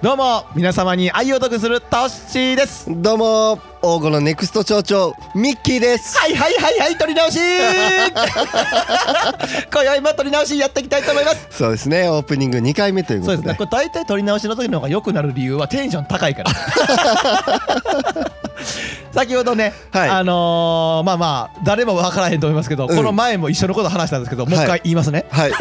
どうも皆様に愛を得するトッシーですどうも王吾のネクスト町長ミッキーですはいはいはいはい取り直し 今宵も取り直しやっていきたいと思いますそうですねオープニング2回目というこそうとですねこでれ大体取り直しの時の方が良くなる理由はテンション高い から先ほどね、はいあのーまあまあ誰も分からへんと思いますけど、うんこの前も一緒のこと話したんですけどもう一はい回言いますね、 はい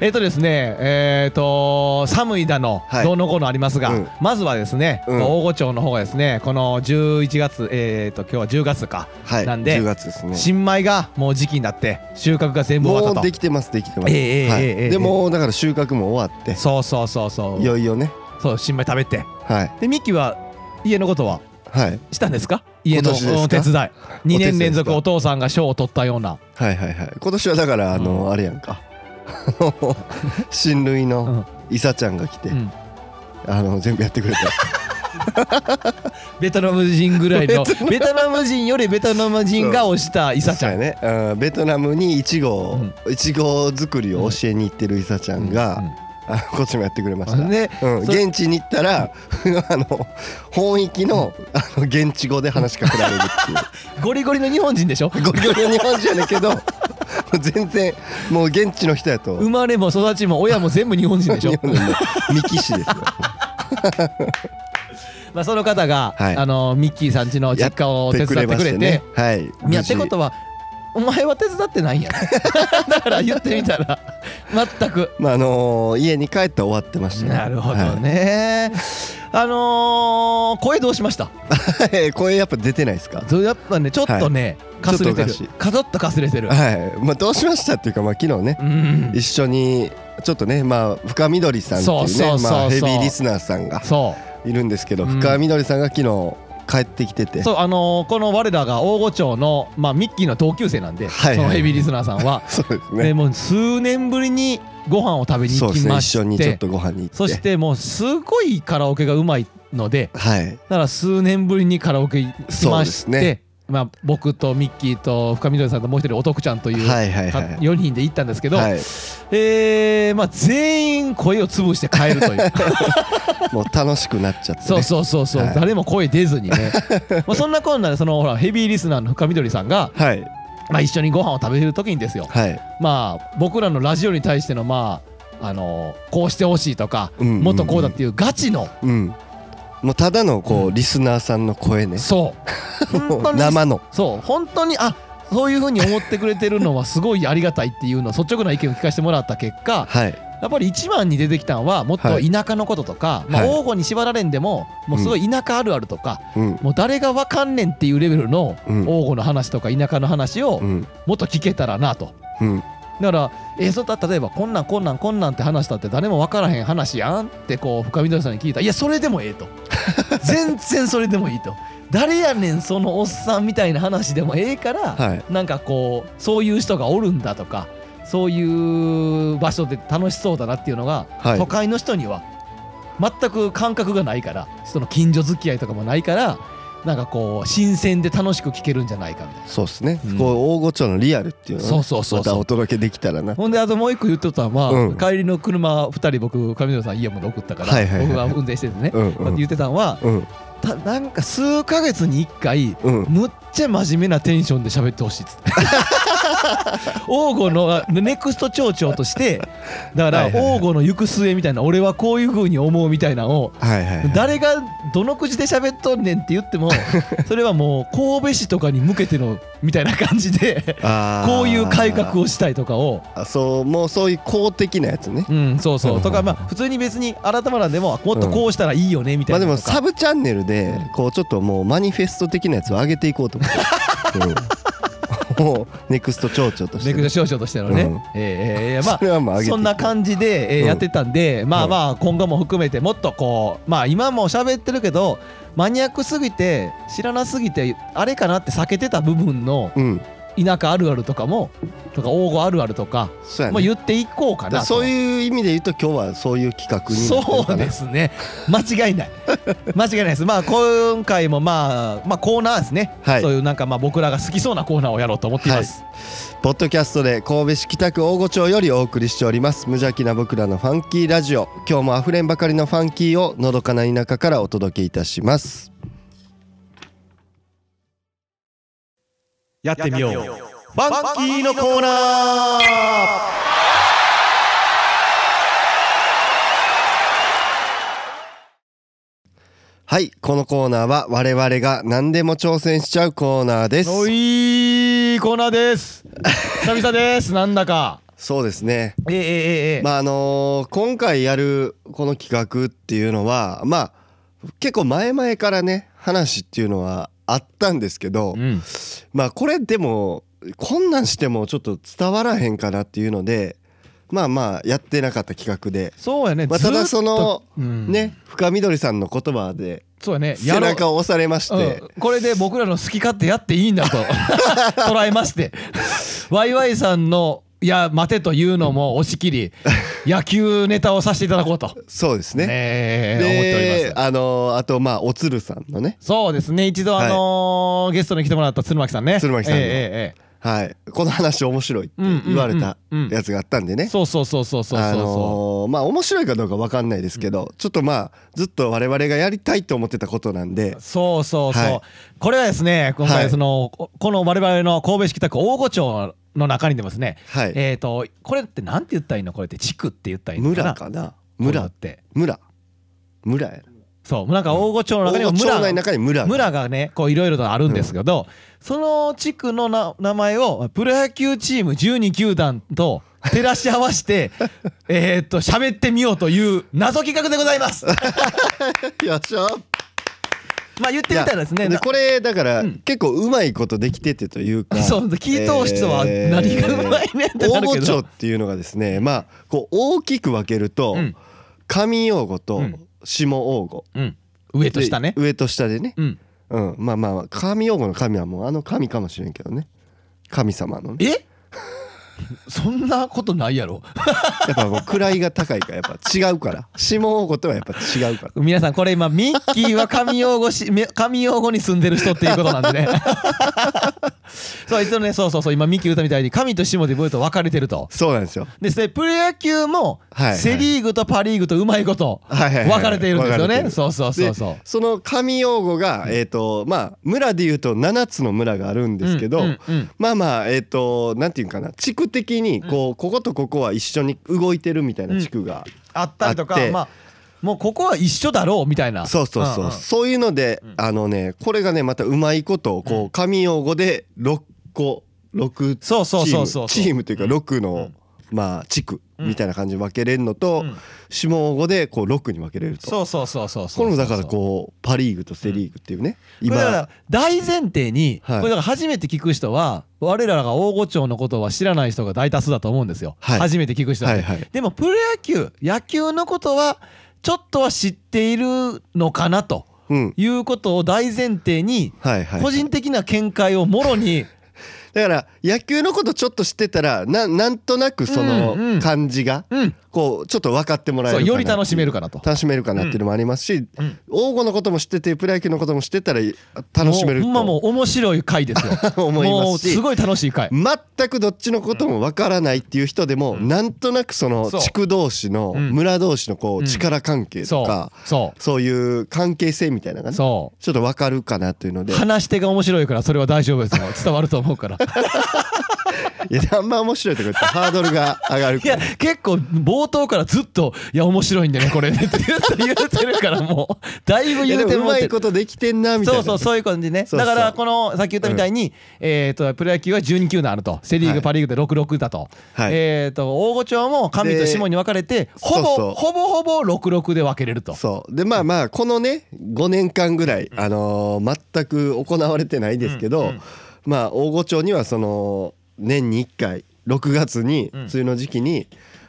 えっ、とですね、えっ、と寒いだの、はいどうのこうのありますが、うんまずはですね、うん大御町の方がですね、この11月、えっ、と今日は10月か、はいなんで10月ですね新米がもう時期になって収穫が全部終わもったうでと。きてますできてます、ええええはいええええでもだから収穫も終わってそうそうそうそ。いうよいよねそう新米食べて。はいでミキは家のことははいしたんですか？家の今年ですかお手伝い。二年連続お手伝お父いですかさんが賞を取ったような。はいはいはい今年はだからあの、うあれやんか あの親類のイサちゃんが来て、うんあの全部やってくれたベトナム人ぐらいのベトナム人よりベトナム人が推したイサちゃそん。うやね、うん、ベトナムにイチゴをうイチゴ作りを教えに行ってるイサちゃんが、あのこっちもやってくれました、うんでうん、それ現地に行ったら、 あの本域のあの現地語で話しかけられるっていう ゴリゴリの日本人でしょ？ゴリゴリの日本人やねんけどもう全然もう現地の人やと生まれも育ちも親も全部日本人でしょ日本の三木市ですよ まあその方が、はいあのミッキーさん家の実家を手伝ってくれてねはいいや無っ事てことはお前は手伝ってないんや だから言ってみたら全くまああのー家に帰って終わってましたねなるほどね、あのー、声どうしましたはい声やっぱ出てないですかそうやっぱねちょっとね、かすれてるちょっとおかしいかどっとかすれてるはいまあどうしましたっていうかまあ昨日ね、うん一緒にちょっとねまあ深緑さんっていうそねうそうそうそうまあ、ヘビーリスナーさんがそいるんですけど、うん深緑さんが昨日帰ってきててうそうあのー、この我らが大御町の、まあ、ミッキーの同級生なんで、はいはいそのヘビーリスナーさんはそうですねねもう数年ぶりにご飯を食べにそう行できすねま一して緒にちょっとご飯に行ってそしてもうすごいカラオケがうまいのではいだから数年ぶりにカラオケ行きそうまでしすて、ねまあ、僕とミッキーと深緑さんともう一人お徳ちゃんという、はいはいはい4人で行ったんですけど、はい、えーまあ、全員声を潰して帰るという もう楽しくなっちゃって、ね、そうそうそうそう、はい誰も声出ずに ねまあそんなこんなでそのほらヘビーリスナーの深緑さんが、はいまあ、一緒にご飯を食べてる時にですよはいまあ僕らのラジオに対してのまああのこうしてほしいとか、うんうんうんもっとこうだっていうガチのうんもうただのこう、リスナーさんの声ねそう 本当に生のそう本当にあそういうふうに思ってくれてるのはすごいありがたいっていうのを率直な意見を聞かせてもらった結果はいやっぱり一番に出てきたのはもっとはい田舎のこととか、まあ、はい王吾に縛られんでももうすごい田舎あるあるとか、うんもう誰がわかんねんっていうレベルのうん王吾の話とか田舎の話をうんもっと聞けたらなと。うんだから、えー、それだ例えばこんなんこんなんこんなんって話したって誰もわからへん話やんってこう深緑さんに聞いたらいやそれでもええと 全然それでもいいと誰やねんそのおっさんみたいな話でもええから、はいなんかこうそういう人がおるんだとかそういう場所で楽しそうだなっていうのが、はい都会の人には全く感覚がないからその近所付き合いとかもないからなんかこう新鮮で楽しく聞けるんじゃないかみたいな。そうですね、うんこう大御町のリアルっていうのをねそうそうそうそうまたお届けできた らなほんであともう一個言っとったのは、うん帰りの車2人僕上野さん家まで送ったから、はいはいはい僕が運転しててね、うんうこうやって言んってたのはうんたなんか数ヶ月に1回うんむっちゃ真面目なテンションで喋ってほしいっつって 王吾のネクスト町長としてだかはらいはいはい王吾の行く末みたいな俺はこういう風に思うみたいなのをはいはいはい誰がどの口で喋っとんねんって言 ってもそれはもう神戸市とかに向けてのみたいな感じで あーこういう改革をしたいとかをあそうもうそういう公的なやつねうん、そうそうんう。とか、まあ、普通に別に改まらんでも、もっとこうしたらいいよね、みたまあいでなものとか。サブチャンネルでうんこうちょっともうマニフェスト的なやつを上げていこうと思って うんもうネクスト町長としてネクねスト少々としてのね、うんえーえーえーまあそれはもう上げていくそんな感じで、えーうんやってたんで、まあうんまあ今後も含めてもっとこうまあ今も喋ってるけどマニアックすぎて知らなすぎてあれかなって避けてた部分のうん田舎あるあるとかもとか王語あるあるとかそうやもうね言っていこうかだかならとそういう意味で言うと今日はそういう企画になってるそかうなですね間違いない間違いないですまあ今回もまあまあコーナーですね、はいそういうなんかまあ僕らが好きそうなコーナーをやろうと思っています、ポッドキャストで神戸市北区大御町よりお送りしております無邪気な僕らのファンキーラジオ今日もあふれんばかりのファンキーをのどかな田舎からお届けいたしますやってみようファンキーのコーナーはいこのコーナーは我々が何でも挑戦しちゃうコーナーですおいコーナーです久々ですなんだかそうですねええええええまああのー今回やるこの企画っていうのはまあ結構前々からね話っていうのはあったんですけど、うんまあこれでもこんなんしてもちょっと伝わらへんかなっていうのでまあまあやってなかった企画で、そうやね、まあ、ただその、ずっとうんね深緑さんの言葉でそうやね背ろう中を押されましてうん、これで僕らの好き勝手やっていいんだと 捉えましてワイワイさんの「いや待て」というのも押し切り野球ネタをさせていただこうと、そうですねね。え思っておりでます。あのあとまあおつるさんのねそうですね一度、はいあのーゲストに来てもらった鶴巻さんね鶴巻さんえのええええはいこの話面白いって言われたうんうんうんうんやつがあったんでえねそうそうそうそうそうそうあそう、のーまあ面白いかどうか分かんないですけどちょっとまあずっと我々がやりたいと思ってたことなんでそうそうそう、はいこれはですね今は回いその、ここの我々の神戸市北区大御町の中にでもですね、はいえっ、とこれってなんて言ったらいいのこれって地区って言ったらいいのかな村かなこういうの村って村村やなそうなんか大御町の中にも大御村町内の中に村が 村がねこういろいろとあるんですけど、その地区のな名前をプロ野球チーム12球団と照らし合わせてえーっと喋ってみようという謎企画でございますよっしゃっまあ言ってみたらですねなこれだから、うん結構うまいことできててという かそう聞い通しとは何がうまいねんってなるけど大御町っていうのがですねまあこう大きく分けると、うん上用語とうん下用語、うん、上と下ねで上と下でね、うんうん、まあまあまあ上用語の神はもうあの神かもしれんけどね神様のねえそんなことないやろやっぱこう位が高いからやっぱ違うから下用語とはやっぱ違うから皆さんこれ今ミッキーは神用語しめ 神用語に住んでる人っていうことなんでね そう一応ねそうそうそう今ミッキー歌みたいに神と下でブーと分かれてるとそうなんですよでそれプロ野球もはいセ・リーグとパ・リーグとうまいことはいはいはい分かれているんですよ分かれねてるそうそうそうそうでその神用語が、えっ、とまあ村でいうと7つの村があるんですけうど、んうんうんまあまあえっ、となんていうんかな地区的にこう、こことここは一緒に動いてるみたいな地区が、あったりとかあってまあもうここは一緒だろうみたいなそうそうそう、んんそういうので、あのねこれがねまたうまいことをこう神用語で6個6チそうそうそうーそうムチームというか6の、まあ地区みたいな感じで分けれるのと、下用語でこう6に分けれると。そうそうそうそうそうこれもだからこうパ・リーグとセ・リーグっていうね、これだから大前提に、はいこれだから初めて聞く人は我らが大御町のことは知らない人が大多数だと思うんですよ、はい初めて聞く人は、はいはいでもプロ野球野球のことはちょっとは知っているのかなとうんいうことを大前提に、はいはい、個人的な見解をもろ にだから野球のことちょっと知ってたらななんとなくそうんうんの感じがうんこうちょっと分かってもらえるそうかなより楽しめるかなと楽しめるかなっていうのもありますし、うん王吾のことも知っててプロ野球のことも知ってたら楽しめもるうほんまもとう面白い回ですよ 思いもまうすしすごい楽しい回、全くどっちのことも分からないっていう人でもなんとなくそのそう地区同士のうん村同士のこうんう力関係とかそうそそういう関係性みたいなのがうねちょそうっと分かるかなというので話し手が面白いからそれは大丈夫ですよ伝わると思うからいやあんま面白いとか言ってハードルが上がるいかやら結構冒頭からずっと「いや面白いんでねこれね」ってずっと言うてるからもうだいぶい言やでうもてうもらまっていることできてんなみたそいなうそうそういう感じねそうそうだからこのさっき言ったみたいに、えー、とプロ野球は12球団あるとセ・リーはグいパ・リーグで66だと,、はいえー、と大御町も上とで下に分かれてほぼそうそうほぼほぼ66で分けれるとそうでまあまあこのね5年間ぐらい、あのー全く行われてないですけど、うんうんまあ大御町にはその年に1回6月にうん梅雨の時期に、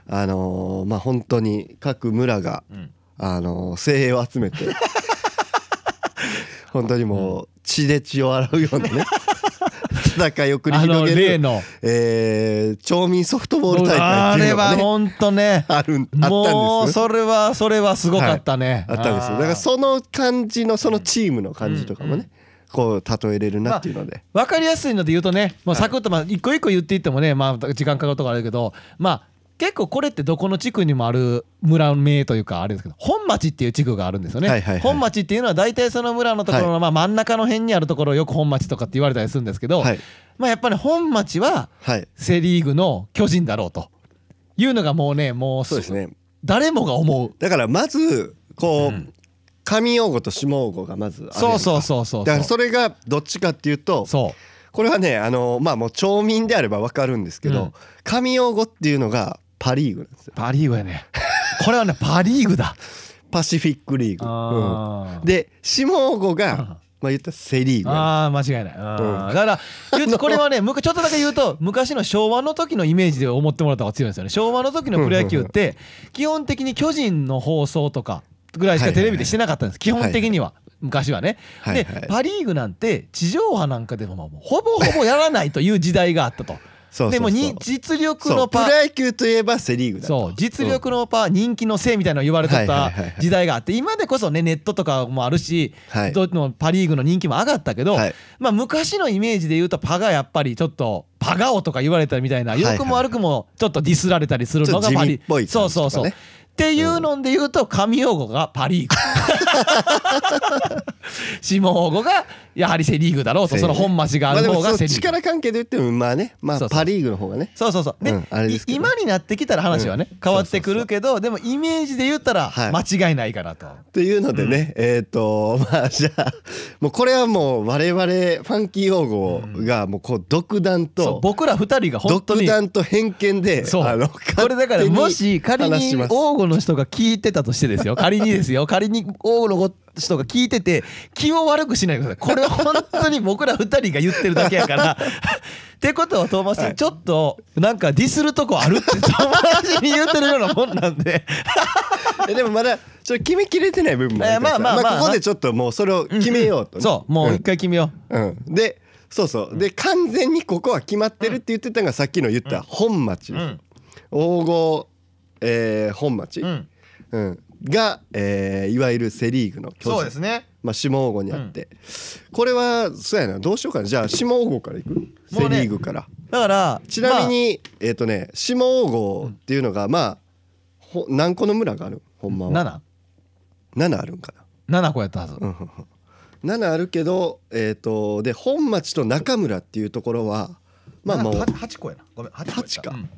あのーまあ本当に各村が、うんあのー精鋭 を集めて本当にもう血で血を洗うような ね戦いを繰りあの広げ例る、のえー、町民ソフトボール大会あっていれうのはがね本当ねあるんあったんですもようねそれはそれはすごかったね、あったんですよだからその感じのそのチームの感じとかもね、うんうこう例えれるなっていうので、分かりやすいので言うとねもうサクッとまあ一個一個言っていってもね、まあ、時間かかるとかあるけどまあ結構これってどこの地区にもある村名というかあれですけど本町っていう地区があるんですよね、はいはいはい本町っていうのは大体その村のところの、まあ、真ん中の辺にあるところをよく本町とかって言われたりするんですけど、はいまあ、やっぱり本町ははいセ・リーグの巨人だろうというのがもうねもうそうですね誰もが思う。だからまずうこう、ん上用語と下用語がまずあるそうそうそうそうそうだからそれがどっちかっていうとそうこれはねあのまあもう町民であればわかるんですけど、うん上用語っていうのがパ・リーグなんですよパ・リーグやねこれはねパ・リーグだパシフィックリーグ、あうん、ーで下用語が、うんまあ言ったらセ・リーグなんであー間違いないあーだから言うとこれは ねむかちょっとだけ言うと昔の昭和の時のイメージで思ってもらった方が強いんですよね昭和の時のプロ野球って基本的に巨人の放送とかぐらいしかテレビでしてなかったんです基本的には昔はねはいはでいパ・リーグなんて地上波なんかでもまあもうほぼほぼやらないという時代があったとす そうそうでそうもに実力そのうプパロ野球といえばセ・リーグだそう実力のパ、人気のせいみたいなの言われとっはたいはいはいはい時代があって今でこそねネットとかもあるし、はいどっちのパ・リーグの人気も上がったけど、はいまあ、昔のイメージで言うとパがやっぱりちょっとパガオとか言われたみたいなはいは良いくも悪くもちょっとディスられたりするのがちょっパと地味リっぽいそ感うじとかそねうそう。っていうので言うと上用語がパ・ リーグ下用語がやはりセ・リーグだろうとセその本町があるまあ方でもがそセ・うリーグ。力関係で言ってもまあねまそうあそうパ・リーグの方がねそうそうそうで,い、うんあれですけど今になってきたら話はね、変わってくるけどでもイメージで言ったらはい間違いないかなと、というのでね、えっ、とまあじゃあもうこれはもう我々ファンキー用語がもうこう独断そうと、僕ら二人が本当独に断と偏見でそうあのこれだから勝手にもし仮話にします王吾の人が聞いてたとしてですよ仮にですよ仮に王吾の人が聞いてて気を悪くしないでくださいこれは本当に僕ら二人が言ってるだけやからってことはトーマスさんちょっとなんかディスるとこあるって友達に言ってるようなもんなんでえでもまだちょっと決めきれてない部分もあるからさ、えーまあまあまあここでちょっともう それを決めようと、そうもう一回決めよう、うん、でそうそうで完全にここは決まってるって言ってたのがさっきの言った本町、ん王金、えー本町、うんうんが、えーいわゆるセ・リーグの巨人ねまあ、下王語にあって、これはそうやなどうしようかなじゃあ下王語からいく、セ・リーグからだからちなみに、えっ、とね下王語っていうのがまあほ何個の村があるほんまは77 7あるんか個やったはず、な、うんうんうん、7あるけどえっ、とで本町と中村っていうところはまあもう8個やなごめん8個やった8かうん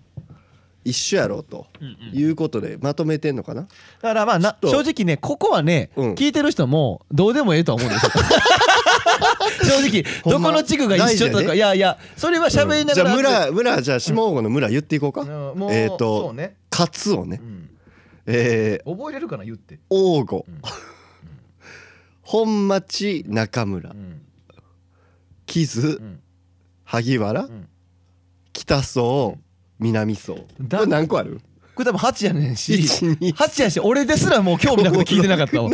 一緒やろうということでまとめてんのかな、だからまあなちょっ正と直ねここはね、うん聞いてる人もどうでもええとは思うんです よ正直ほどんまこの地区が一緒と大か事やいねやいやそれは喋りながら、じゃあ村村じゃあ下王語の村言っていこうか、うんもうえっ、とそうね、カツオねう、んえー、覚えれるかな言って、王吾、うん本町中村うん木津うん萩原うん北総南総こだれ何個あるこれ多分8やねんし1 2 8やし俺ですらもう興味なくて聞いてなか ったわ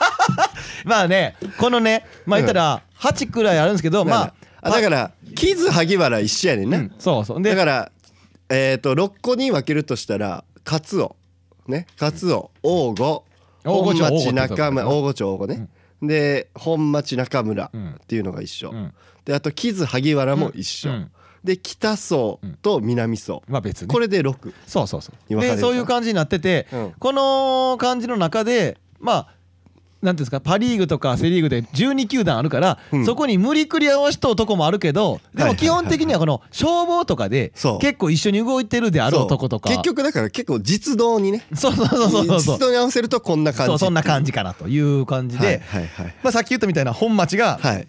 まあねこのねまあ言ったら8くらいあるんですけどまあだから木津萩原一緒やねんな、うんそうそうだでからえっ、と6個に分けるとしたらカツオねカツオ王吾王吾本町王吾町中ってとこだ村ね王吾町王吾ね、で本町中村っていうのが一緒、うんであと木津萩原も一緒、うんで北総と南総、まあ別にこれで6、そうそうそうに分かでれるそういう感じになってて、うんこの感じの中でまあなんていうんですかパ・リーグとかセ・リーグで12球団あるから、うんそこに無理くり合わせとうとこもあるけどではいはいはいはも基本い的にはこの消防とかでそう結構一緒に動いてるであろうとことかそう結局だから結構実動にねそうそうそうそうそう実動に合わせるとこんな感そじうそんな感じかなという感じで、はいはいはいまあ、さっき言ったみたいな本町がはい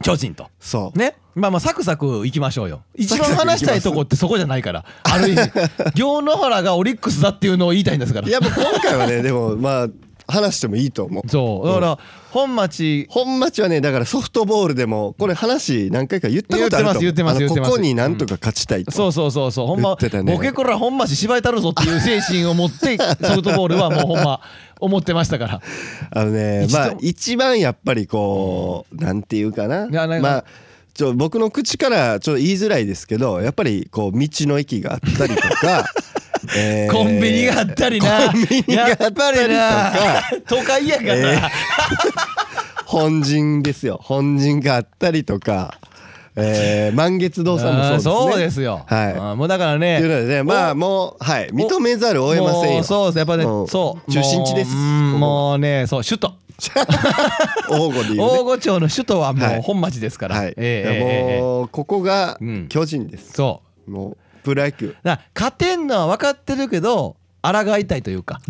巨人と。そうね、まあまあサクサクいきましょうよ一サ番クサク話したいとこってそこじゃないからあ る意味行野原がオリックスだっていうのを言いたいんですから いやもう今回はねでもまあ話してもいいと思うそうだから本町本町はねだからソフトボールでもこれ話何回か言ったことあると思う言ってます言ってます言ってあまのすここになんとか勝ちたいと、そうそうそうそうほん言ま、ってたねボケこら本町芝居たるぞっていう精神を持ってソフトボールはもうほんま思ってました からあのね一度まあ一番やっぱりこうなんていうかないやなんかまあちょ僕の口からちょっと言いづらいですけどやっぱりこう道の駅があったりと か、えーコンビニがあったりなコンビニがあやっったりとぱりなか都会やから、えー本陣ですよ本陣があったりとか、えー満月堂さんあーもそうですねそうですよ、はいあーもうだからねっていうのでねまあもうはい認めざるを得ませんもようそうですやっぱねうんそう中心地ですもううんもうねそう首都王吾で言う大ね御町の首都はもはいう本町ですから、はい、ええええええもうここがうん巨人です、そうもうプロ野球だから勝てんのは分かってるけど抗いたいという か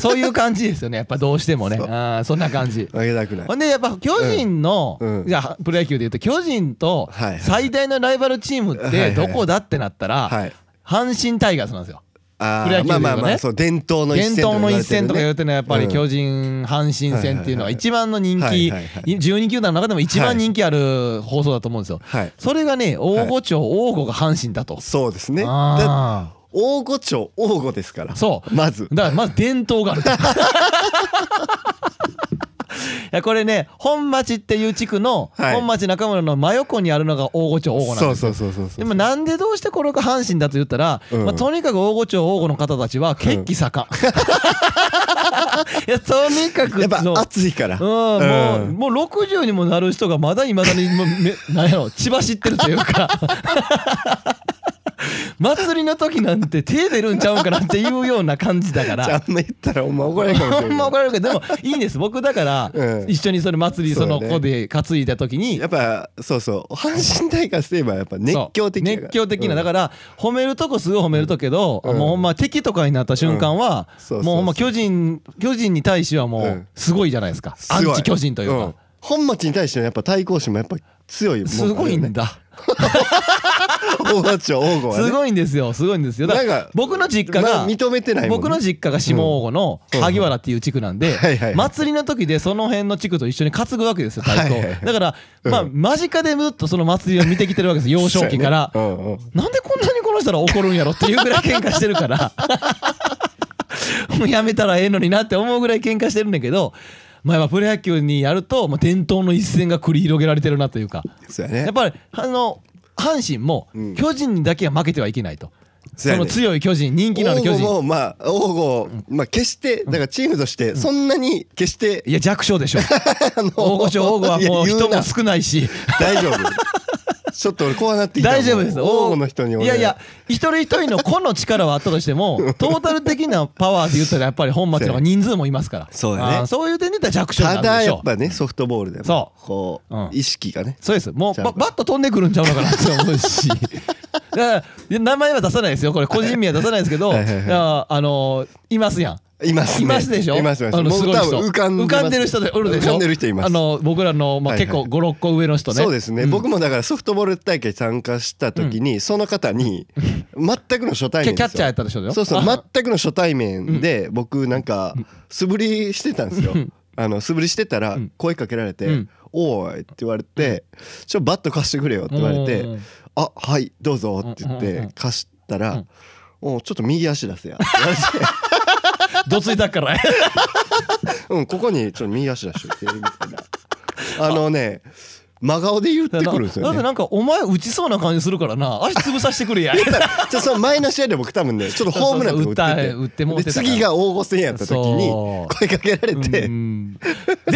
そういう感じですよねやっぱどうしてもねそうあーそんな感じ負けたくないほんでやっぱ巨人の、うんうんじゃあプロ野球で言うと巨人とはいはい最大のライバルチームっはいはていどこだってなったら、はい阪神タイガースなんですよあプロ野ー球まで言うとあねまあまあそう伝統の一伝戦と統か言わのれ一てる戦とか言ねうてのはやっぱりうん巨人阪神戦っていうのが一番の人気、はいはいはいはい12球団の中でも一番人気ある放送だと思うんですよ、はいそれがね大御町、大御が阪神だとそうですねだあ大御町大御ですからそうまずーだからまず伝統 があるいやこれね本町っていう地区の、はい本町中村の真横にあるのが大御町大御なんですそようそうそうそうそでうもなんでどうしてこれが阪神だと言ったら、うんまあ、とにかく大御町大御の方たちは血気盛ん、 いやとにかくやっそうぱ暑いからうん、もうもう60にもなる人がまだいまだにもうめなんやろ血走ってるという か祭りの時なんて手出るんちゃうんかなっていうような感じだかじゃあらあんま言ったらお前怒られるかもし ほれんまな怒られるけどでもいいんです僕だ から、うん一緒にそれ祭りそのそうね子で担いだ時いにやっぱそうそう阪神大会といえばやっぱ熱狂的そうやから熱狂的なだうんから褒めるとこすごい褒めるとけど、うんもうほんま敵とかになった瞬間は、うんそうそうそうもうほんま巨人巨人に対してはもううんすごいじゃないですか、すごアンチ巨人というか、ん本町に対してのやっぱ対抗心もやっぱ強いもんすごいんだ。大町王吾はねすごいんですよすごいんですよだかなんらか僕の実家まがあ認めてないもんね僕の実家が下王郷のうん萩原っていう地区なんではいはい祭りの時でその辺の地区と一緒に担ぐわけですよ太はいはいは鼓いだからまあう間近でずっとその祭りを見てきてるわけ ですよ幼少期からそうやねうんうんなんでこんなにこの人ら怒るんやろっていうぐらい喧嘩してるから もうやめたらええのになって思うぐらい喧嘩してるんだけどまあやっぱプロ野球にやるとまあ伝統の一戦が繰り広げられてるなというかそうやねやっぱりあの阪神もうん巨人にだけは負けてはいけないと、そそうやねの強い巨人人気のある巨王人吾もまあ王吾まあ決してだからチームとしてそんなに決していや弱小で しょ大御所大御はいやもう言う人なも少ないし大 丈夫ちょっと俺怖なってきたもん大丈夫です王吾の人にい俺やいや一人一人の個の力はあったとして もトータル的なパワーで言ったらやっぱり本町の方が人数もいますからそうやねあーそういう点で言ったら弱小になたるだでしやょっぱねソフトボールでもそうこううん意識がねそうですもうちゃんバとバッと飛んでくるんちゃうのかな って思うし だからいや名前は出さないですよこれ個人名は出さないですけどはいいはいはいやあのいますやんいますねいますでしょいますいますあのもうすごい多人分浮かんでますでる人でおるでしょ浮かんでる人いますあの僕らの、まあ、はいはい結構56個上の人ね、そうですね、ん僕もだからソフトボール大会参加した時に、その方にキャキャッチ全くの初対面ですよャーやったでしょそうそうあ全くの初対面で僕なんか素振りしてたんですよ、あの素振りしてたら声かけられて「うんおい」って言われて「ちょバット貸してくれよ」って言われてうん「あはいどうぞ」って言っうんうんうてん貸したうらん「おちょっと右足出せや」って言わ れてどついたっからうん、ここにちょっと右足出しといてみたいな。あのね、真顔で言ってくるんですよだ ってね。なんかお前打ちそうな感じするからな足潰させてくれ やじゃその前の試合で僕多分ね、ちょっとホームランとそうそか打っててうそう打ってもうてたからで次が大御戦やった時にそう声かけられうて、んで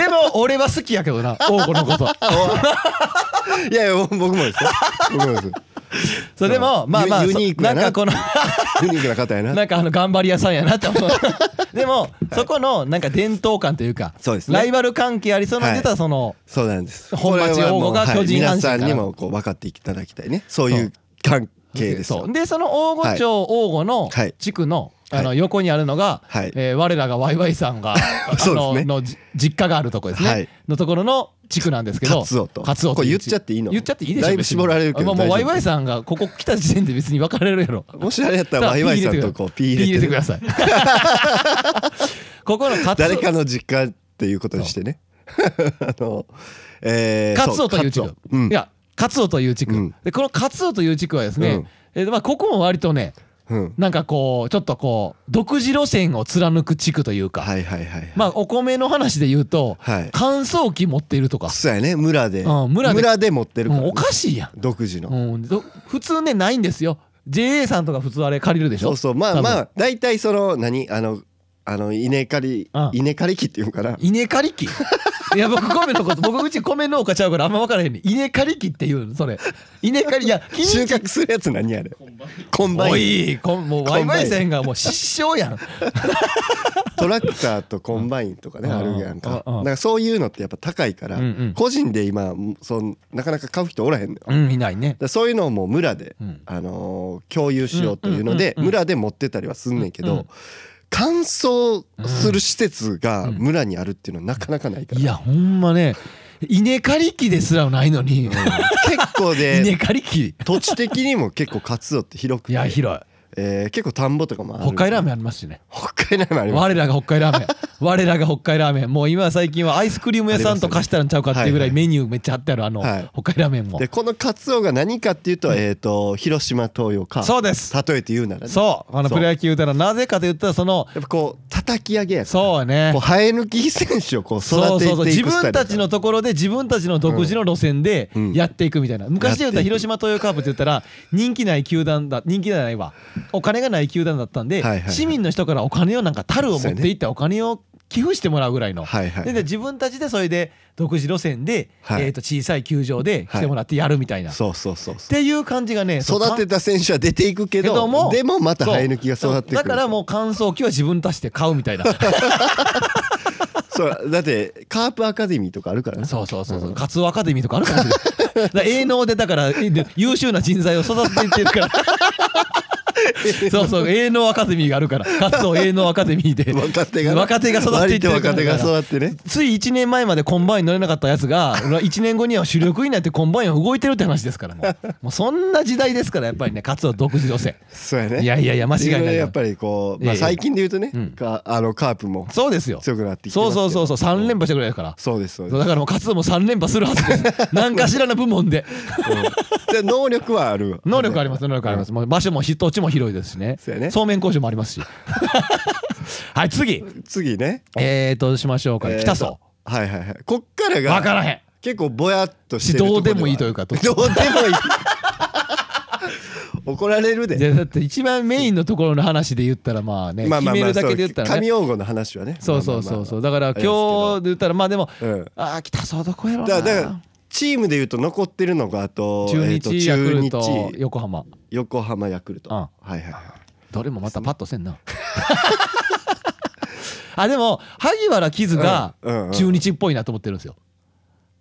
も俺は好きやけどな王子の こと いやいや僕もですよ。僕もです。そうでもまあまあユユニークやななんかこのユニークな方やな。なんかあの頑張り屋さんやなって 思うでもそこのなんか伝統感というかそうですねライバル関係ありそうなの出たらそのそうなんです。本町これはもう大御がはい巨人皆阪神かさらんにもこう分かっていただきたいね。そういう関係ですそよう。でその大御町大御のはい地区の,、はいあの横にあるのが、はいえー我らがワイワイさ んがそうであすねののじ実家があるとこですね、はいのところの地区なんですけどカツオとカツオこれい言うっちゃっていいの言っちゃっていいでしょだいぶ別に絞られるけどまあもう大丈夫ワイワイさんがここ来た時点で別に分かれるやろもしあれやったらワイワイさんとこうピー入れピー入れててください ここのカツ誰かの実家っていうことにしてねあのえーカツそオという地区カツオうんいやカツオという地区、うんでこのカツオという地区はですね、うんえーまあ、ここも割とねうんなんかこうちょっとこう独自路線を貫く地区というか、はいはいはいまあお米の話で言うとはい乾燥機持っているとか、そうやね村でうん村で持ってるうからんねおかしいやん独自のうん、ど普通ねないんですよ JA さんとか普通あれ借りるでしょそうそうまあま多あ大体その何あのあの稲刈りうん稲刈り機っていうのかな稲刈り機いや僕米のこと僕うち米農家ちゃうからあんま分からへんねん稲刈り機っていうのそれ稲刈 りいや近収所穫するやつ 何あれコンバおインいこんもうコワインバワインイ線がもう失笑やんトラクターとコンバインとかねうんあるやんかうんだからそういうのってやっぱ高いからうんうん個人で今そんなかなか買う人おらへんのよだかうんいないねらそういうのをもう村でうんあのー共有しようというのでうんうんうんうん村で持ってたりはすんねんけうんうんど乾燥する施設がうん村にあるっていうのはなかなかないからいやほんまね稲刈り機ですらないのに結構で 稲刈り機土地的にも結構カツオって広くいやて広いえー結構田んぼとかもある北海ラーメンンありますしね北海ラーメンあります我らが北海ラーメン我らが北海ラーメンもう今最近はアイスクリーム屋さんとありますよね貸したんちゃうかっていうぐらはいいはいメニューめっちゃ貼ってあるあのはい北海ラーメンもでこのカツオが何かっていうと,、えー、と広島東洋カープそうです例えて言うならねそうあのそうプロ野球というのはなぜかといったらそのやっぱこう叩き上げやからそうねこう生え抜き選手をこうそう育そうそうてて自いくスタ分イルたちのところで自分たちの独自の路線でうんやっていくみたいな昔で言ったら広島東洋カープって言ったら人気ない球団だ人気ないわお金がない球団だったんではいはいはい市民の人からお金をなんか樽を持っていってお金を寄付してもらうぐらいのはいはいでで自分たちでそれで独自路線ではいえーと小さい球場で来てもらってやるみたいなっそうそうそうそていう感じがねそうう育てた選手は出ていくけどけどもでもまた生え抜きが育ってくるだからもう乾燥機は自分たちで買うみたいなそうだってカープアカデミーとかあるからねそうそうそうそう、カツオアカデミーとかあるかもしれない だから営農でだからえで優秀な人材を育てていってるか らそうそう営農アカデミーがあるからカツオ営農アカデミーで若手がね若手が育っていってるから割と若手が育ってねつい1年前までコンバイン乗れなかったやつが1年後には主力になってコンバインは動いてるって話ですからも うもうそんな時代ですからやっぱりねカツオ独自路線そうやねいやいやいや間違いないろろやっぱりこう、まいやあ、いや最近で言うとね、うんかあのカープもそうですよ強くなってきてそうそうそううそう3連覇してくれるからそうですそうですそうだからもうカツオも3連覇するはず です何かしらの部門でで能力はある わ能力あります能力あります、もう場所も人土地も広いですしねそうやねそうめん工場もあり ますしはい次次ねえー、どうしましょうか、えーと北層はいはいはいこっからわかがらへん結構ぼやっとしてるとこどうでもいいというかど どっちうでもいい 怒られるじでゃあだって一番メインのところの話で言ったらまあね、まあまあ決めまあるだけそでう言ったら神ね用語の話はねそうそうそうそうまあだからあれですけど今日で言ったらまあでも、まあまあうんああ北層どこやろうだかならだからチームで言うと残ってるのがあと中えーと日ヤクルト中日横浜横浜ヤクルトうんはいはいはいどれもまたパッとせんな あでも萩原キズがうんうんうん中日っぽいなと思ってるんですよこ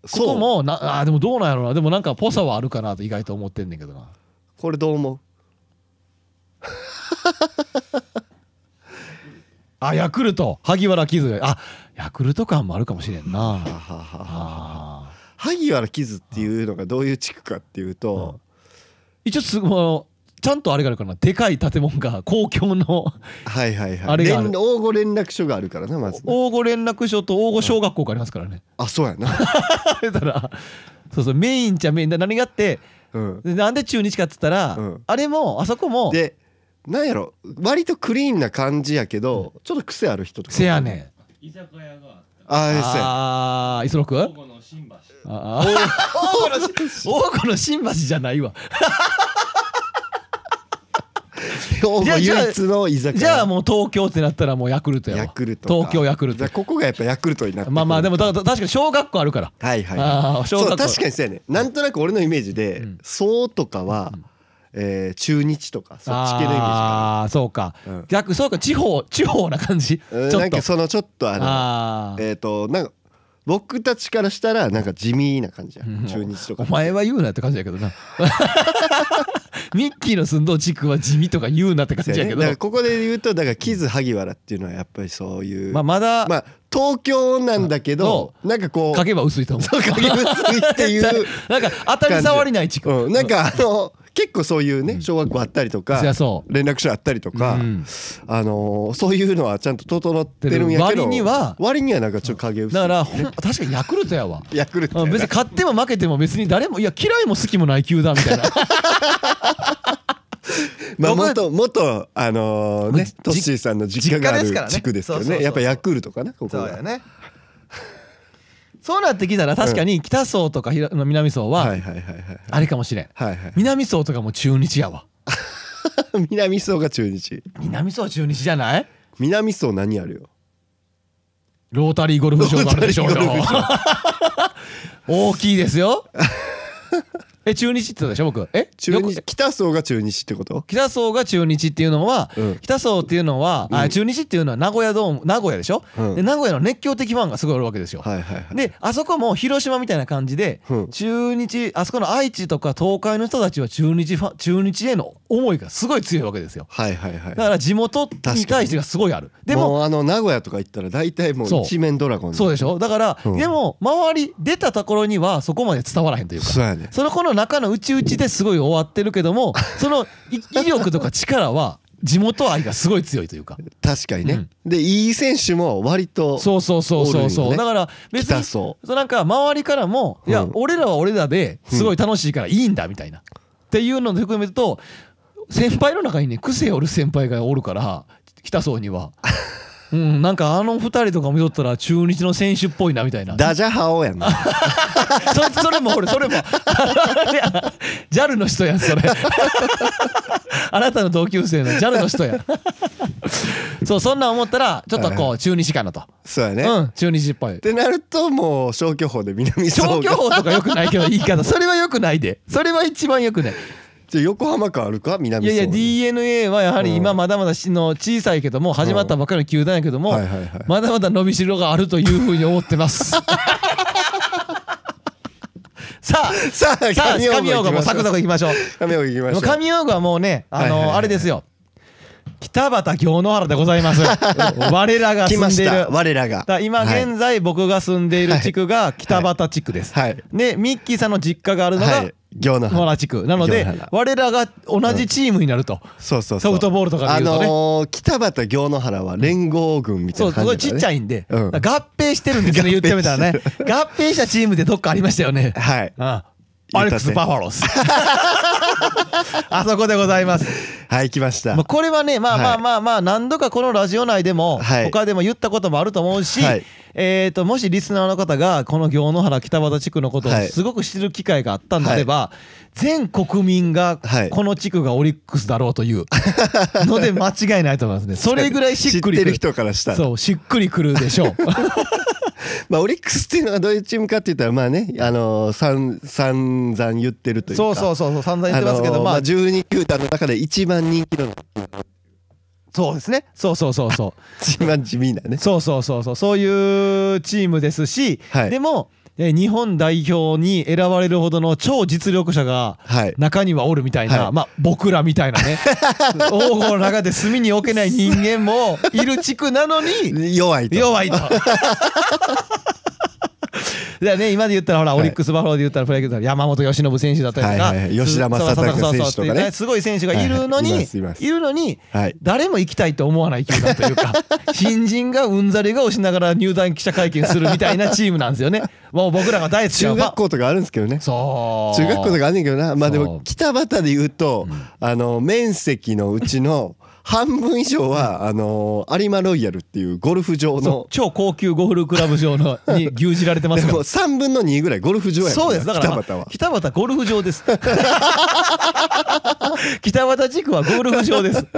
こそうもなあーでもどうなんやろうなでもなんかポサはあるかなと意外と思ってんねんけどなこれどう思うあヤクルト萩原キズあヤクルト感もあるかもしれんなはははあー萩原キズっていうのがどういう地区かっていうと、一応すごいあのちゃんとあれがあるからなでかい建物が公共 のはいはいはあいれがある連応募連絡所があるからなまずね大御連絡所と大御小学校がありますからねあそうやな、 だからそうそうメインじゃメインだ何があってうん、でなんで中日かっつったら、うんあれもあそこもでなんやろ割とクリーンな感じやけど、ちょっと癖ある人とかせやねん居酒屋があったああそうやああー磯野君午後の新橋ああ大御の新橋じゃないわほぼじゃあじゃあ唯一の居酒屋じゃあもう東京ってなったらもうヤクルトやわヤクルトか東京ヤクルじゃトあここがやっぱヤクルトになってくるまあまあでもだだ確かに小学校あるからはいはいあはーい小学校そう確かにそうやねなんとなく俺のイメージでうん「そう」とかは、えー中日とかそっち系のイメージかああーそうか、うん逆そうか地方地方な感じちなうょっんとなんかそのちょっとあのあーえっ、となんか僕たちからしたらなんか地味な感じや、中日とかお前は言うなって感じやけ どなミッキーの寸胴地区は地味とか言うなって感じやけだど、からここで言うとだからキズ萩原っていうのはやっぱりそういうまあ、まだ、まあ東京なんだけどなんかこう影は薄いと思う そう影薄いっていうなんか当たり障りない地区、うんなんかあの結構そういううんね小学校あったりとそりゃかそう連絡書あったりとか、うんあのーそういうのはちゃんと整ってるんやけど割には割にはなんかちょっと影薄いだからほん確かにヤクルトやわヤクルトうんやな別に勝っても負けても別に誰もいや嫌いも好きもない球団みたいなまあ僕は元元あのーねじトッシーさんの実家があ実家でするからね地区ですよそうそうそうねやっぱヤクルトかなここそうがやね そうなってきたら確かに北層とかひらの南層ははいはいはいはいあれかもしれんはいはい南層とかも中日やわ 南層が中日南層中日じゃない南層何あるよロータリーゴルフ場があるでしょうよ 大きいですよえ中日って言ったでしょ僕え中横日北層が中日ってこと北層が中日っていうのは、うん北層っていうのは、あ中日っていうのは名古屋ドーム名古屋でしょ、うんで名古屋の熱狂的ファンがすごいおるわけですよ、はいはいはいであそこも広島みたいな感じで、うん中日あそこの愛知とか東海の人たちは中日ファン中日への思いがすごい強いわけですよはいはいはいだから地元に対してがすごいあるでもうあの名古屋とか行ったら大体もうそう一面ドラゴンそうででしょだから、うんでも周り出たところにはそこまで伝わらへんというかそうやねその子の中の内々ですごい終わってるけども その威力とか力は地元愛がすごい強いというか確かにね、でいい選手も割とそうそうそうそうそう、オールインねだから別北に層そうなんか周りからも、いやうん俺らは俺らですごい楽しいからいいんだみたいな、っていうので含めると先輩の中にね癖おる先輩がおるから北層に はうんなんかあの二人とか見とったら中日の選手っぽいなみたいなダジャハオやんなそそ れも俺それもいや JAL の人やんそれ あなたの同級生の JAL の人やそうそんなん思ったらちょっとこう中日かなと、そうやね、っうん中日っぽいてなるともう消去法で南消層去が法とかよくないけど言い方それはよくないでそれは一番よくないじゃあ横浜かあるか南い層やいや DNA はやはり今うんまだまだしの小さいけども始まったばっかりの球団やけどもはいはいはいまだまだ伸びしろがあるというふうに思ってます さあさあさあ神神尾岡がもサクサクいきましょう神尾行きまでしもょう神岡はもうねあはいはいのはいあれですよ北畑京野原でござい ます我らが来住まんでしいるた我らだかがら今現在僕が住んでいる地区が北畑地区です、はいはいでミッキーさんの実家があるのはがい行の野原地区なので行原我らが同じチームになると、そうそうそソうフトボールとかで言うとねあのー北畑行の原は連合軍みたいそうなす感じごいちだったねっちゃいんで、うんだから合併してるんですね言ってみたらね合併したチームでどっかありましたよね はいああ言アっレッたクねス・バファローズ あそこでございますはい来ましたまあ、これはねまあまあまあまあ何度かこのラジオ内でもはい他でも言ったこともあると思うし、はいえー、ともしリスナーの方がこの行野原北畑地区のことをはいすごく知る機会があったのであれば、全国民がはいこの地区がオリックスだろうというの で間違いないと思いますねそれぐらいしっくり知くってるる人からしたらそうしっくりくるでし ょうまあ、オリックスっていうのはどういうチームかって言ったらまあね、あのー、さん散々言ってるというかそうそううそうそう散々言ってますけど、ままああ12球団の中で一番人気のそうですねそうそうそうそう一番地味なねそうそうそうそうそういうチームですし、はいでも、えー日本代表に選ばれるほどの超実力者がはい中にはおるみたいな、はいまあ僕らみたいな ね王金の中で隅に置けない人間もいる地区なのに弱いと弱いと。じゃあね、今で言ったらほら、はいオリックス・バファローで言ったらプロ野球だったら山本由伸選手だったりとか、はいはいはい吉田正尚そうそうそう選手とかねっていうすごい選手がいるのに、はいいはいいますいまするのに、はい誰も行きたいと思わない球団というか新人がうんざり顔しながら入団記者会見するみたいなチームなんですよねもう僕らが大好きな中学ま校とかあるんですけどねあそう中学校とかあんねんけどなまあでそうも北畑で言うと、あの面積のう ちの半分以上はあのー有馬ロイヤルっていうゴルフ場そうの超高級ゴルフクラブ場のに牛耳られてまですからも3分の2ぐらいゴルフ場やからそうですだから北畑は北畑ゴルフ場です 北畑地区はゴルフ場です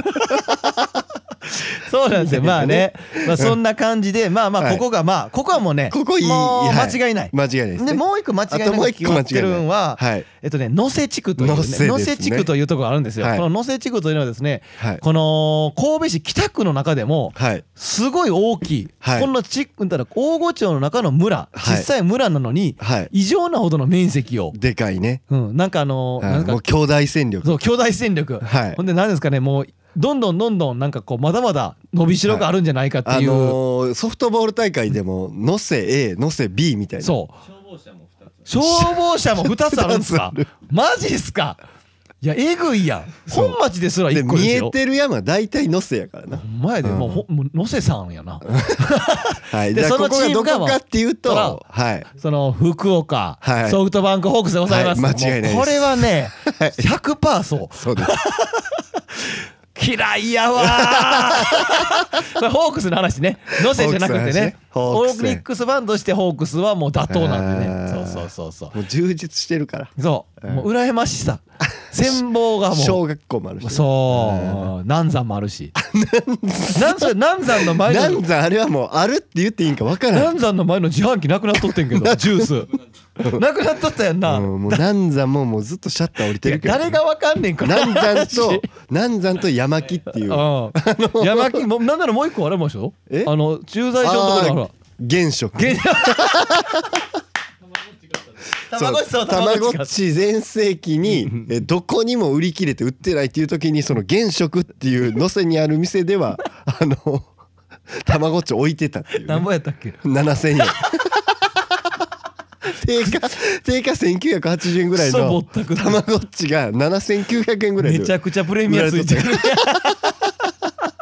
そうなんですよまあね、まあ、そんな感じでまあまあはこいこがまあここはもうねここいいもうはい間違いない、間違いないですねでもう一個間違いなあともうく一決個ま間違いないってるんは、はいえっとね能勢地区というね能勢ですね能勢地区というところがあるんですよ、はいこの能勢地区というのはですね、はいこの神戸市北区の中でもはいすごい大きい、はいこんなちうんたら大御町の中の村小はいさい村なのに、はい異常なほどの面積を、でかいね、うん、なんかあのはいなんもかう兄弟戦力そう兄弟戦力、はいほんで何ですかねもうどんどんどんどんなんかこうまだまだ伸びしろがあるんじゃないかってあいう、のーソフトボール大会でも野瀬 A 野瀬 B みたいな そう消防車も2つあるんですかマジっすかいやえぐいやんそう本町ですらで1個で見すえよてる山大体のせやからなほんまやで、うんもうほもう野瀬さんやなはいでじゃそあのここがチーどムがこかっていうとまあはいその福岡、はいソフトバンクホークスでございます、はい間違いないですもうこれは ね100%そうそうです嫌いや わーこれホークスの話ね野瀬じゃなくてねホオークスの話ねホークスーリックスファンとしてホークスはもう妥当なんであねーそうそうそうそうもう充実して るからそう、うんもう羨ましさ戦望 がも小う学校もあるしそう南山もある し南山南山の前なんのざあれはもうあるって言っていいんかわからん南山の前の自販機なくなっとってんけどジュ ースなくなっとったやんな、うんもうなんざももうずっとシャッター降りてるけど誰がわかんねんからなんざんとなんざんと山木っていううん、山木もなんならもう一個あれもでしょえあの駐在所のところほら現職現 そう卵そうたまごっ卵ち全盛期にえどこにも売り切れて売ってないっていう時にその現職っていうのせにある店 ではあのたまごっち置いてたっていう、なんね、ぼやったっけ7000円 定価定価1980円ぐらいそうぼのったくたまごっちが7900円ぐらいめちでゃくちゃプレミアついてる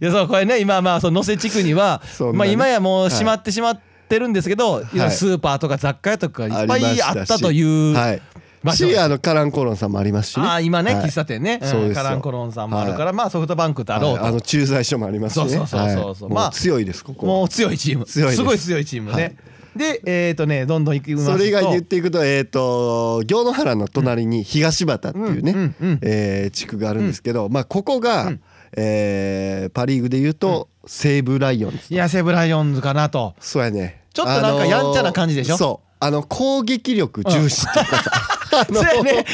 いやそうこれね今まあその能勢地区には、そんなねまあ今やもう閉まってしまってるんですけど、いろんなスーパーとか雑貨屋とかいっぱいあったというありま場した所し、はい、しあのカランコロンさんもありますし、ね、ああ今ね、はい喫茶店ね、うんそうですよカランコロンさんもあるから、まあソフトバンクだろうと、はいあの駐在所もありますしねそうそうそうそうはいまあもう強いですここもう強いチーム強いですごい強いチームね、はいでえっ、とねどんどん行きますとそれ以外で言っていくとえっ、と行野原の隣に東畑っていうね、うんうんうんえー地区があるんですけど、まあここが、えーパ・リーグで言うと、西武ライオンズいや西武ライオンズかなとそうやねちょっとなんかやんちゃな感じでしょあのーそうあの攻撃力重視とかさ、 あのそうやね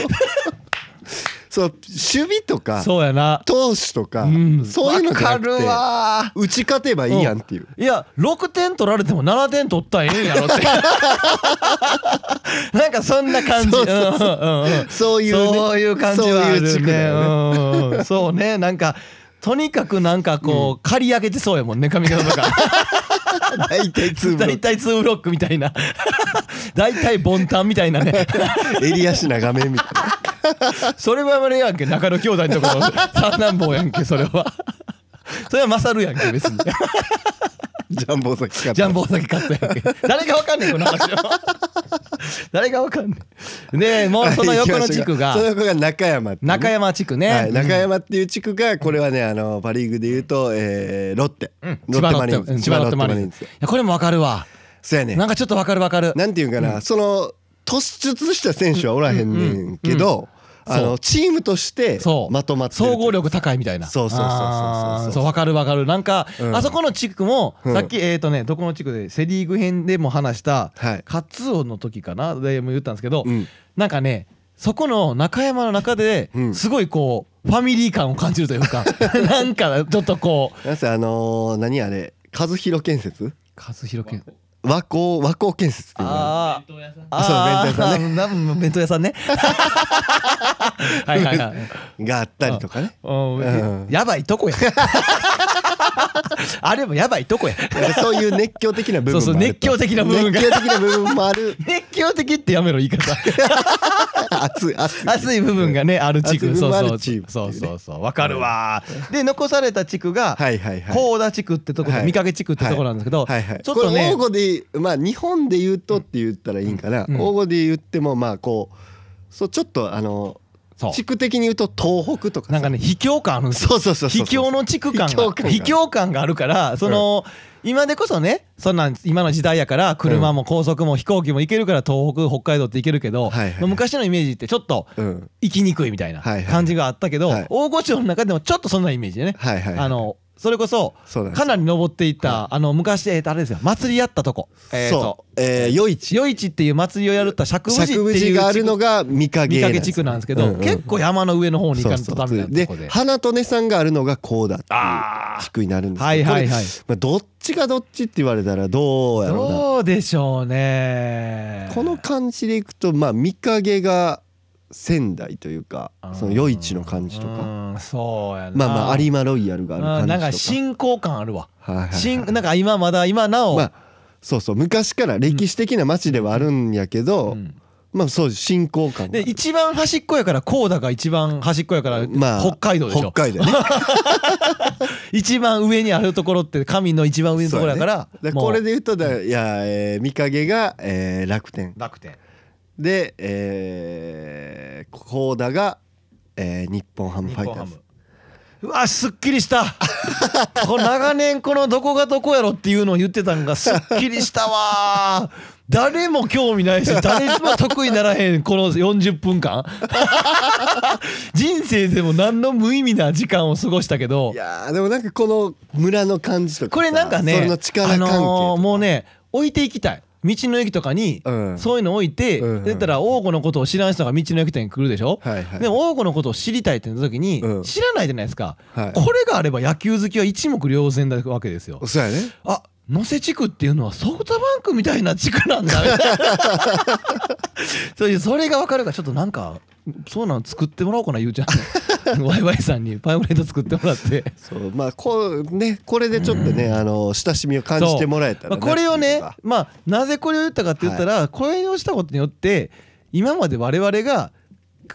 そう守備とかそうやな投手とか、んそういうのじゃなくてわ打ち勝てばいいやんっていう、いや6点取られても7点取ったらええんやろって なんかそんな感じそうそううんうんうんそういうねそういう感じはあそういう地る区だねよねうんうんうんそうねなんかとにかくなんかこう、刈り上げてそうやもんね髪型とか大体 ツーブロ 大ッ体2ブロックみたい な大体ボンタンみたいなねク襟足長めみたいなそれはあれやんけ中野兄弟のと ころの三男坊やんけそれはそれは勝るやんけ 別にジャンボ先かジャンボ大崎勝ったやんけ誰がわかんねんこの話は誰がわかんねんねえもうその横の地区はい行きましょうそのが横が中山っていうね中山地区ね、はい、中うん山っていう地区がこれはねあのパ・リーグでいうと、えーロッテ、うんロ千葉ッテロマリーンッズテ千葉ロッテマリーン千ズズいやこれもわかるわそうやねなんかちょっとわかるわかるなんていうんかな、その突出した選手はおらへんねんけど、うんあそのうチームとしてそうまとまってる総合力高いみたいなそうそうそうそうそうあーそうわかるわかるなんか、うんあそこの地区も、うんさっきえっ、とねどこの地区でセ・リーグ編でも話した、はいカツオの時かなでも言ったんですけど、うんなんかねそこの中山の中でうんすごいこうファミリー感を感じるという かなんかちょっとこうなんせあのー何あれ和弘建設和弘健和光和光建設っていうのがあるあーああそうーなん弁当屋さ んねはいはいはいがあったりとかねうんうんやばいとこや あれもやばいとこやなんかそういう熱狂的な部分もあるそうそう熱狂的な部分が熱狂的な部分もあ る熱狂的ってやめろ言い方熱い熱い熱い部分がねある地熱い区部そ分うもあそうるチームってそいううねそうそうわかるわで残された地区がはいはいはい高田地区ってとことはい三影地区ってとこなんですけどはいはい、ちょっとこれね大語でまあ日本で言うとって言ったらいいんかな、うん大語で言ってもまあこうそうちょっとあのそう地区的に言うと東北とかさなんかね卑怯感あるんですよそうそうそうそう卑怯の地区感卑怯が感が卑怯感があるからその、今でこそねそんなん今の時代やから車も高速も飛行機も行けるから東北北海道って行けるけど、はいはいはい昔のイメージってちょっとうん行きにくいみたいなはいはい感じがあったけど、はい大御所の中でもちょっとそんなイメージでね、はいはいあのそれこそそうなんですかなり登っていった、あの昔、えーとあれですよ祭りやったとこ、えーとそうえー余市夜市っていう祭りをやるった釈釈迦寺ってい迦う地寺区があるのが三見影かけ地区なんですけど、うんうん結構山の上の方に行そうかんとそダメなうとでこで。花とねさんがあるのがこうだってあいう地区になるんですはけいどはいはいこれまあどっちがどっちって言われたらどうやろうなどうでしょうねこの感じでいくとまあ三影が仙台というかその余市の感じとかうんそうやなまあまあ有馬ロイヤルがあうんるなん感かじとか信仰感あるわはいはいはい信なんか今まだ今なお、まあそうそう昔から歴史的な町ではあるんやけど、うんまあそうです信仰感がで一番端っこやからコーダが一番端っこやから、まあ北海道でし北ょ海 道ね一番上にあるところって神の一番上のところやからそうやねでもうこれで言うとだいや、えー、三影が、えー楽天楽天でえー、高田が、えー日本ハム日ファイ本タハーズムうわすっきりした これ長年このどこがどこやろっていうのを言ってたんがすっきりしたわー誰も興味ないし誰も得意にならへんこの40分間 人生でも何の無意味な時間を過ごしたけどいやーでもなんかこの村の感じとかさこれなんかねその力関係とか、あのーもうね置いていきたい道の駅とかに、うんそういうの置いて、うんうん出たら王子のことを知らん人が道の駅店に来るでしょ、はいはいでも王子のことを知りたいってなった時に、うん知らないじゃないですか、はいこれがあれば野球好きは一目瞭然なわけですよそうやねあ能勢地区っていうのはソフトバンクみたいな地区なん だみたいなそういうそれが分かるからちょっとなんかそうなの作ってもらおうかなゆうちゃんワイワイさんにパイオレート作ってもらってそうまあこうねこれでちょっとね、あの親しみを感じてもらえたらまなあ、っていこれうをねのがまあなぜこれを言ったかって言ったら、これをしたことによって今まで我々が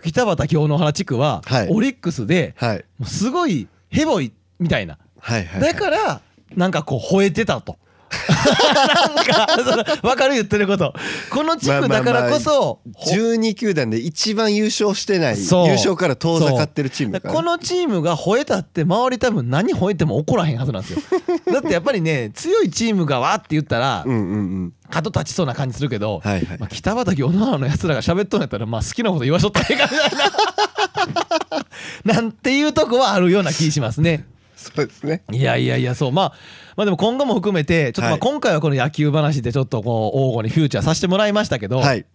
北畑京の原地区は、はいオリックスではいもうすごいヘボいみたいなはいはいはいだからなんかこう吠えてたと。なんかその分かる言ってることこの地まあま区あまあだからこそ、ほ12球団で一番優勝してない優そう勝から遠ざかってるチームだだかかららねこのチームが吠えたって周り多分何吠えても怒らへんはずなんですよだってやっぱりね強いチームがわーって言ったらうんうんうん角立ちそうな感じするけど、はいはいまあ、北畑女のやつらが喋っとんやったら、まあ、好きなこと言わしとったらええかみたいな なんていうとこはあるような気しますね。そうですねいやいやいやそうまあまあでも今後も含めてちょっとまはあい今回はこの野球話でちょっとこう王吾にフューチャーさせてもらいましたけど、はい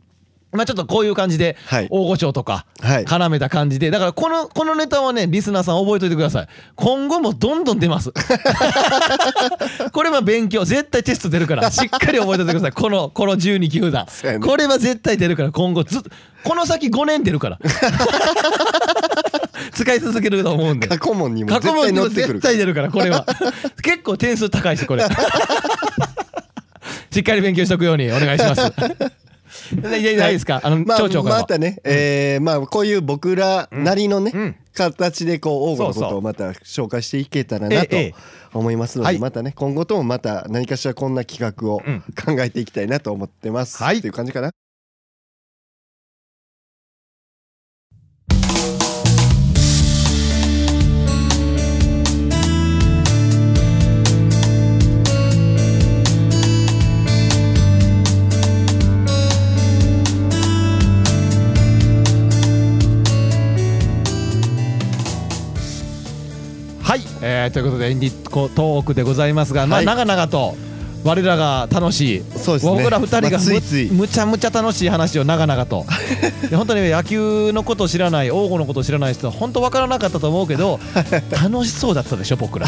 まあちょっとこういう感じではい大御所とかはい絡めた感じでだからこのこのネタはねリスナーさん覚えといてください今後もどんどん出ます これは勉強絶対テスト出るからしっかり覚えておいてくださいこのこの12球団そうやねこれは絶対出るから今後ずっとこの先5年出る から使い続けると思うんで過去問にも過去絶問対に乗もってく絶るか対出るかららこれ は結構点数高いしこれ しっかり勉強しとくようにお願い しますいやいやないですかあのまあ町長からまはたね、えーまあこういう僕らなりのね、ん形でこう王吾のこそうとそをうまた紹介していけたらなとええええ思いますので、はいまたね今後ともまた何かしらこんな企画を考えていきたいなと思ってます、はいっていう感じかなはい、えーということでエンディコトークでございますが、まはあい長々と我らが楽しいそうですね僕ら二人がむ,、まあついついむちゃむちゃ楽しい話を長々 とで本当に野球のことを知らない王吾のことを知らない人は本当分からなかったと思うけ ど楽しそうだったでしょ僕ら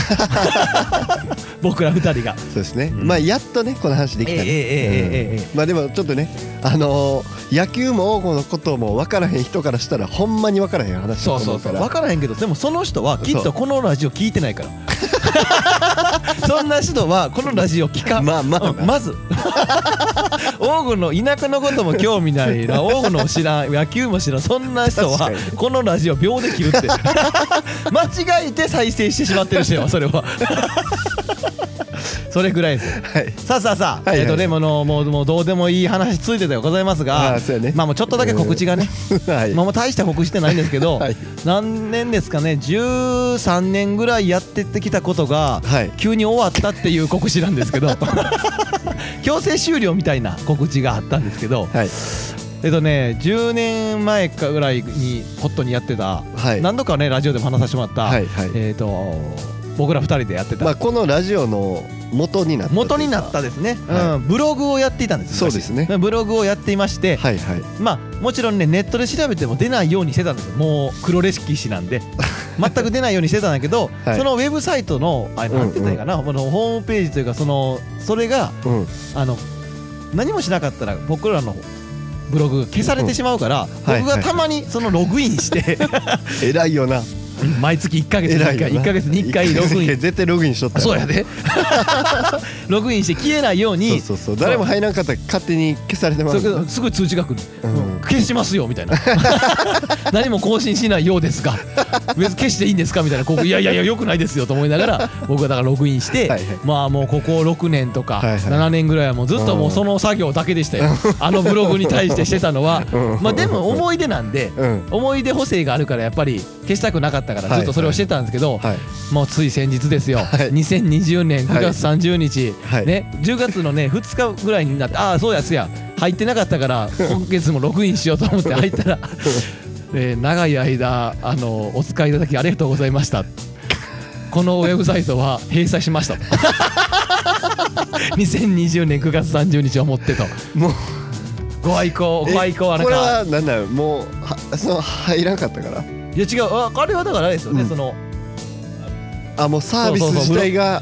僕ら二人が。そうですね、まあやっとねこの話できたね、ええええええええうんまあでもちょっとねあのー野球も王吾のことも分からへん人からしたらほんまに分からへん話そだうとそ思ううかそらう分からへんけどでもその人はきっそとうこのラジオ聞いてないから そんな人はこのラジオ聞かんまあまあうんまず王吾の田舎のことも興味ないな王吾の知らん野球も知らんそんな人は確かにこのラジオ秒で切るって 間違えて再生してしまってる人はそれはそれぐらいですはいさあさあさあ、はいえはいっ、とねもうのもうもうどうでもいい話ついてではございますがあーそうやねまあもうちょっとだけ告知がね、 はいまあ、もう大した告知してないんですけど、はい何年ですかね13年ぐらいやってってきたことが、はい急に終わったっていう告知なんですけ ど強制終了みたいな告知があったんですけど、はいえっとね10年前かぐらいにホットにやってた、はい何度かねラジオでも話させてもらった、はいはいえっ、と僕ら2人でやってた、まあこのラジオの元になったというか元になったですね、はうん、ブログをやっていたんですそうですね昔ブログをやっていまして、はいはいまあもちろんねネットで調べても出ないようにしてたんですよもう黒レシピ誌 なんで全く出ないようにしてたんだけど、はいそのウェブサイトのあれうんうんなんて言ったらいいかな、このホームページというかそのそれがうんあの何もしなかったら僕らのブログ消されてしまうから、はい 僕がたまにそのログインして、 偉いよな毎月1か月に偉1い回よな1か月に1回ログイン絶対ログインしとったよそうや でログインして消えないようそうにそうそう誰も入らんかったら勝手に消されてまそすうそうすぐ通知が来る、うん消しますよみたいな 何も更新しないようですが別に消していいんですかみたいなここいやいやいやよくないですよと思いながら僕はだからログインしてはいはいまあもうここ6年とかはいはい7年ぐらいはもうずっともうその作業だけでしたよあのブログに対してしてたのは うんまあでも思い出なんでうん思い出補正があるからやっぱり消したくなかったからはいずっとそれをしてたんですけどはいもうつい先日ですよ、はい2020年9月30日、はいね、10月のね2日ぐらいになってああそうやそうや入ってなかったから今月もログインしようと思って入った ら、えー長い間あのお使いいただきありがとうございましたこのウェブサイトは閉鎖しま したと2020年9月30日をもってともうご愛好ご愛好はえなんこれかはなんだろうもうはその入らんかったからいや違うああれはだからあれですよね、うんそのあもうサービスそうそうそう自体が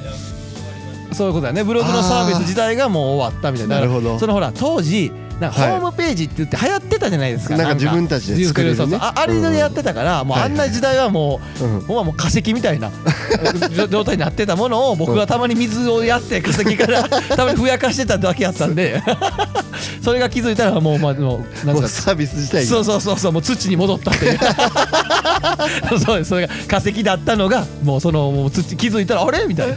そういうことだよねブログのサービス自体がもう終わったみたいなだからなるほどそのほら当時なんかホはいームページって言って流行ってたじゃないですかなんか自分たちで作れるねそうそうああれでやってたから、もうはいあんな時代はもう、うんほんまもう化石みたい な状状態になってたものを僕はたまに水をやって化石からたまにふやかしてただけやったん でそれが気づいたらもうまあもうなんもうですかサービス自体そがうそうそうそうもう土に戻ったって いうそうですそれが化石だったのがもうそのもう土気づいたらあれみたいな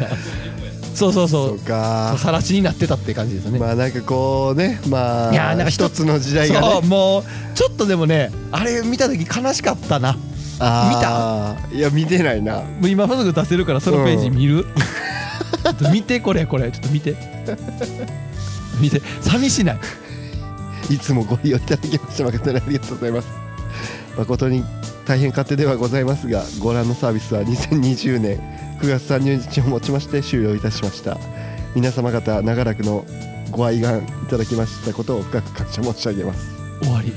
そうそうそそううかさらしになってたって感じですよね、まあなんかこうねまあいやーなんか一一つつの時代がそうねもうちょっとでもねあれ見た時悲しかったなあーいや見てないなもう今すぐ出せるからそのページ見る、ちょっと見てこれこれちょっと見て見て寂しないいつもご利用いただきまして誠にありがとうございます誠に大変勝手ではございますがご覧のサービスは2020年9月30日をもちまして終了いたしました皆様方長らくのご愛願いただきましたことを深く感謝申し上げます終 わり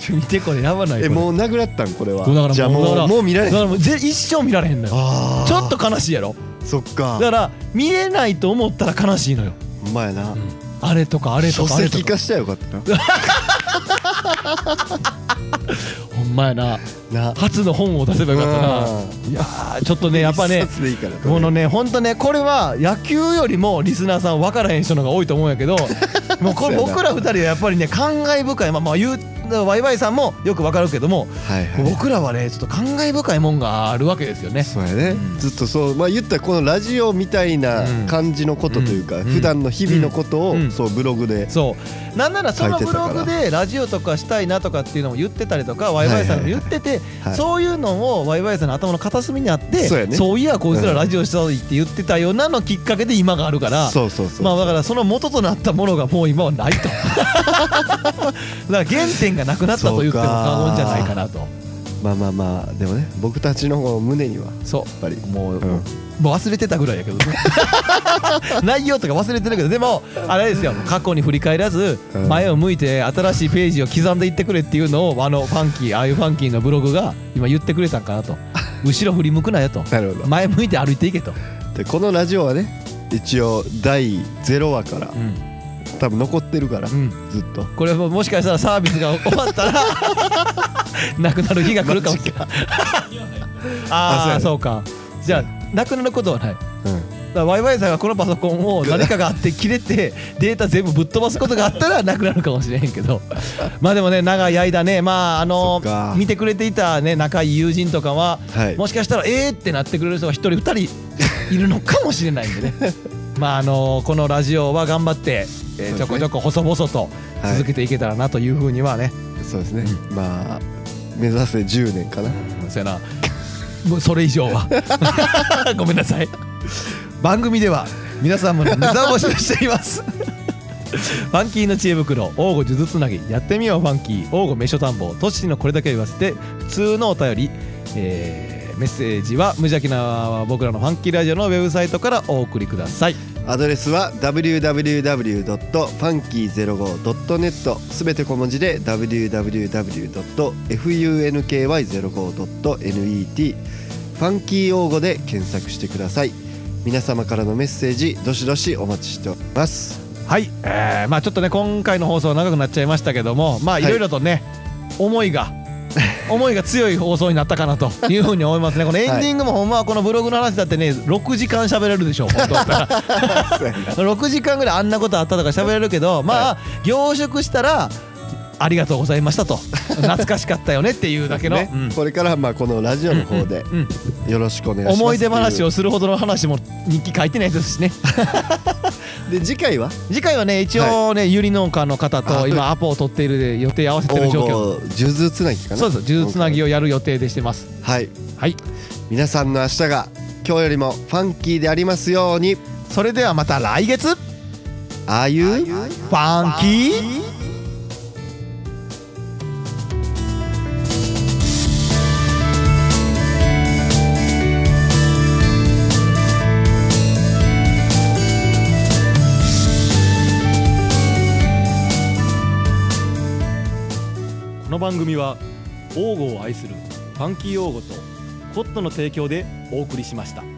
ちょ見てこれやばないえこれもうなくなったんこれはそうだからじゃあもうだかもらうもう見られだへかんらもうぜ一生見られへんのよあーちょっと悲しいやろそっかだから見れないと思ったら悲しいのよほんまやなあれとかあれと書かあれと籍か化したらよかったほんまやななな初の本を出せばよかったなうんいやーちょっとねやっぱね一冊でいいからこのね本当ねこれは野球よりもリスナーさん分からへん人の方が多いと思うんやけ どもうこれそうやな僕ら二人はやっぱりね感慨深いまあまあ言うワイワイさんもよく分かるけどもはいはい僕らはねちょっと感慨深いもんがあるわけですよね。そうやね、うんずっとそうまあ言ったらこのラジオみたいなうん感じのことというか、うん普段の日々のことを、うんそうブログで、そうなんならその書いブてたロからグでラジオとかしたいなとかっていうのも言ってたりとかワイワイさんも言っててはいそういうのをワイワイさんの頭の片隅にあってそうやねそういやこいつらラジオしたいって言ってたよなのきっかけで今があるからそうそうそう、まあだからその元となったものがもう今はない とだから原点がなくなったと言っても過言じゃないかなとまあまあまあでもね僕たちの方の胸にはやっそぱり、うもう,、うんもう忘れてたぐらいやけどね 内容とか忘れてるけどでもあれですよ過去に振り返らずうん前を向いて新しいページを刻んでいってくれっていうのをあのファンキーああいうファンキーのブログが今言ってくれたんかなと後ろ振り向くなよとなるほど前向いて歩いていけと、でこのラジオはね一応第0話からうん多分残ってるから、うん、ずっとこれももしかしたらサービスが終わったら なくなる日が来るかもしれないあああそそうかじゃあなくなることはないだかうんらワイワイさんがこのパソコンを何かがあって切れ てデータ全部ぶっ飛ばすことがあったらなくなるかもしれへんけど まあでもね長い間ねまああそのっか見てくれていたね仲いい友人とかははいもしかしたらえーってなってくれる人が一人二人いるのかもしれないんでね まああのこのラジオは頑張って、えーちょこちょこ細々とはい続けていけたらなというふうにはね、そうですね、まあ目指せ10年かなそやなもうそれ以上は ごめんなさい番組では皆さんもネタを募集していますファンキーの知恵袋王吾数珠つなぎやってみようファンキー王吾名所探訪トッシーのこれだけを言わせて普通のお便り、えーメッセージは無邪気な僕らのファンキーラジオのウェブサイトからお送りくださいアドレスは www.funky05.net すべて小文字で www.funky05.net ファンキー用語で検索してください皆様からのメッセージどしどしお待ちしておりますはい、えーまあちょっとね今回の放送長くなっちゃいましたけどもまあいいろいろとね、思いが思いが強い放送になったかなというふうに思いますねこのエンディングもほんまはこのブログの話だってね6時間喋れるでしょ 本当だったら6時間ぐらいあんなことあったとか喋れるけどまあ、凝縮したらありがとうございましたと懐かしかったよねっていうだけの、ねうんこれからはまあこのラジオの方でうんよろしくお願いします思い出話をするほどの話も日記書いてないですしねで次回は次回はね一応ね、ゆり農家の方と今アポを取っている予定合わせてる状況黄金数珠つなぎかなそうです呪術つなぎををやる予定でしてますはいはい皆さんの明日が今日よりもファンキーでありますようにそれではまた来月フああいうァンキーこの番組は王語を愛するファンキー王語とコットの提供でお送りしました。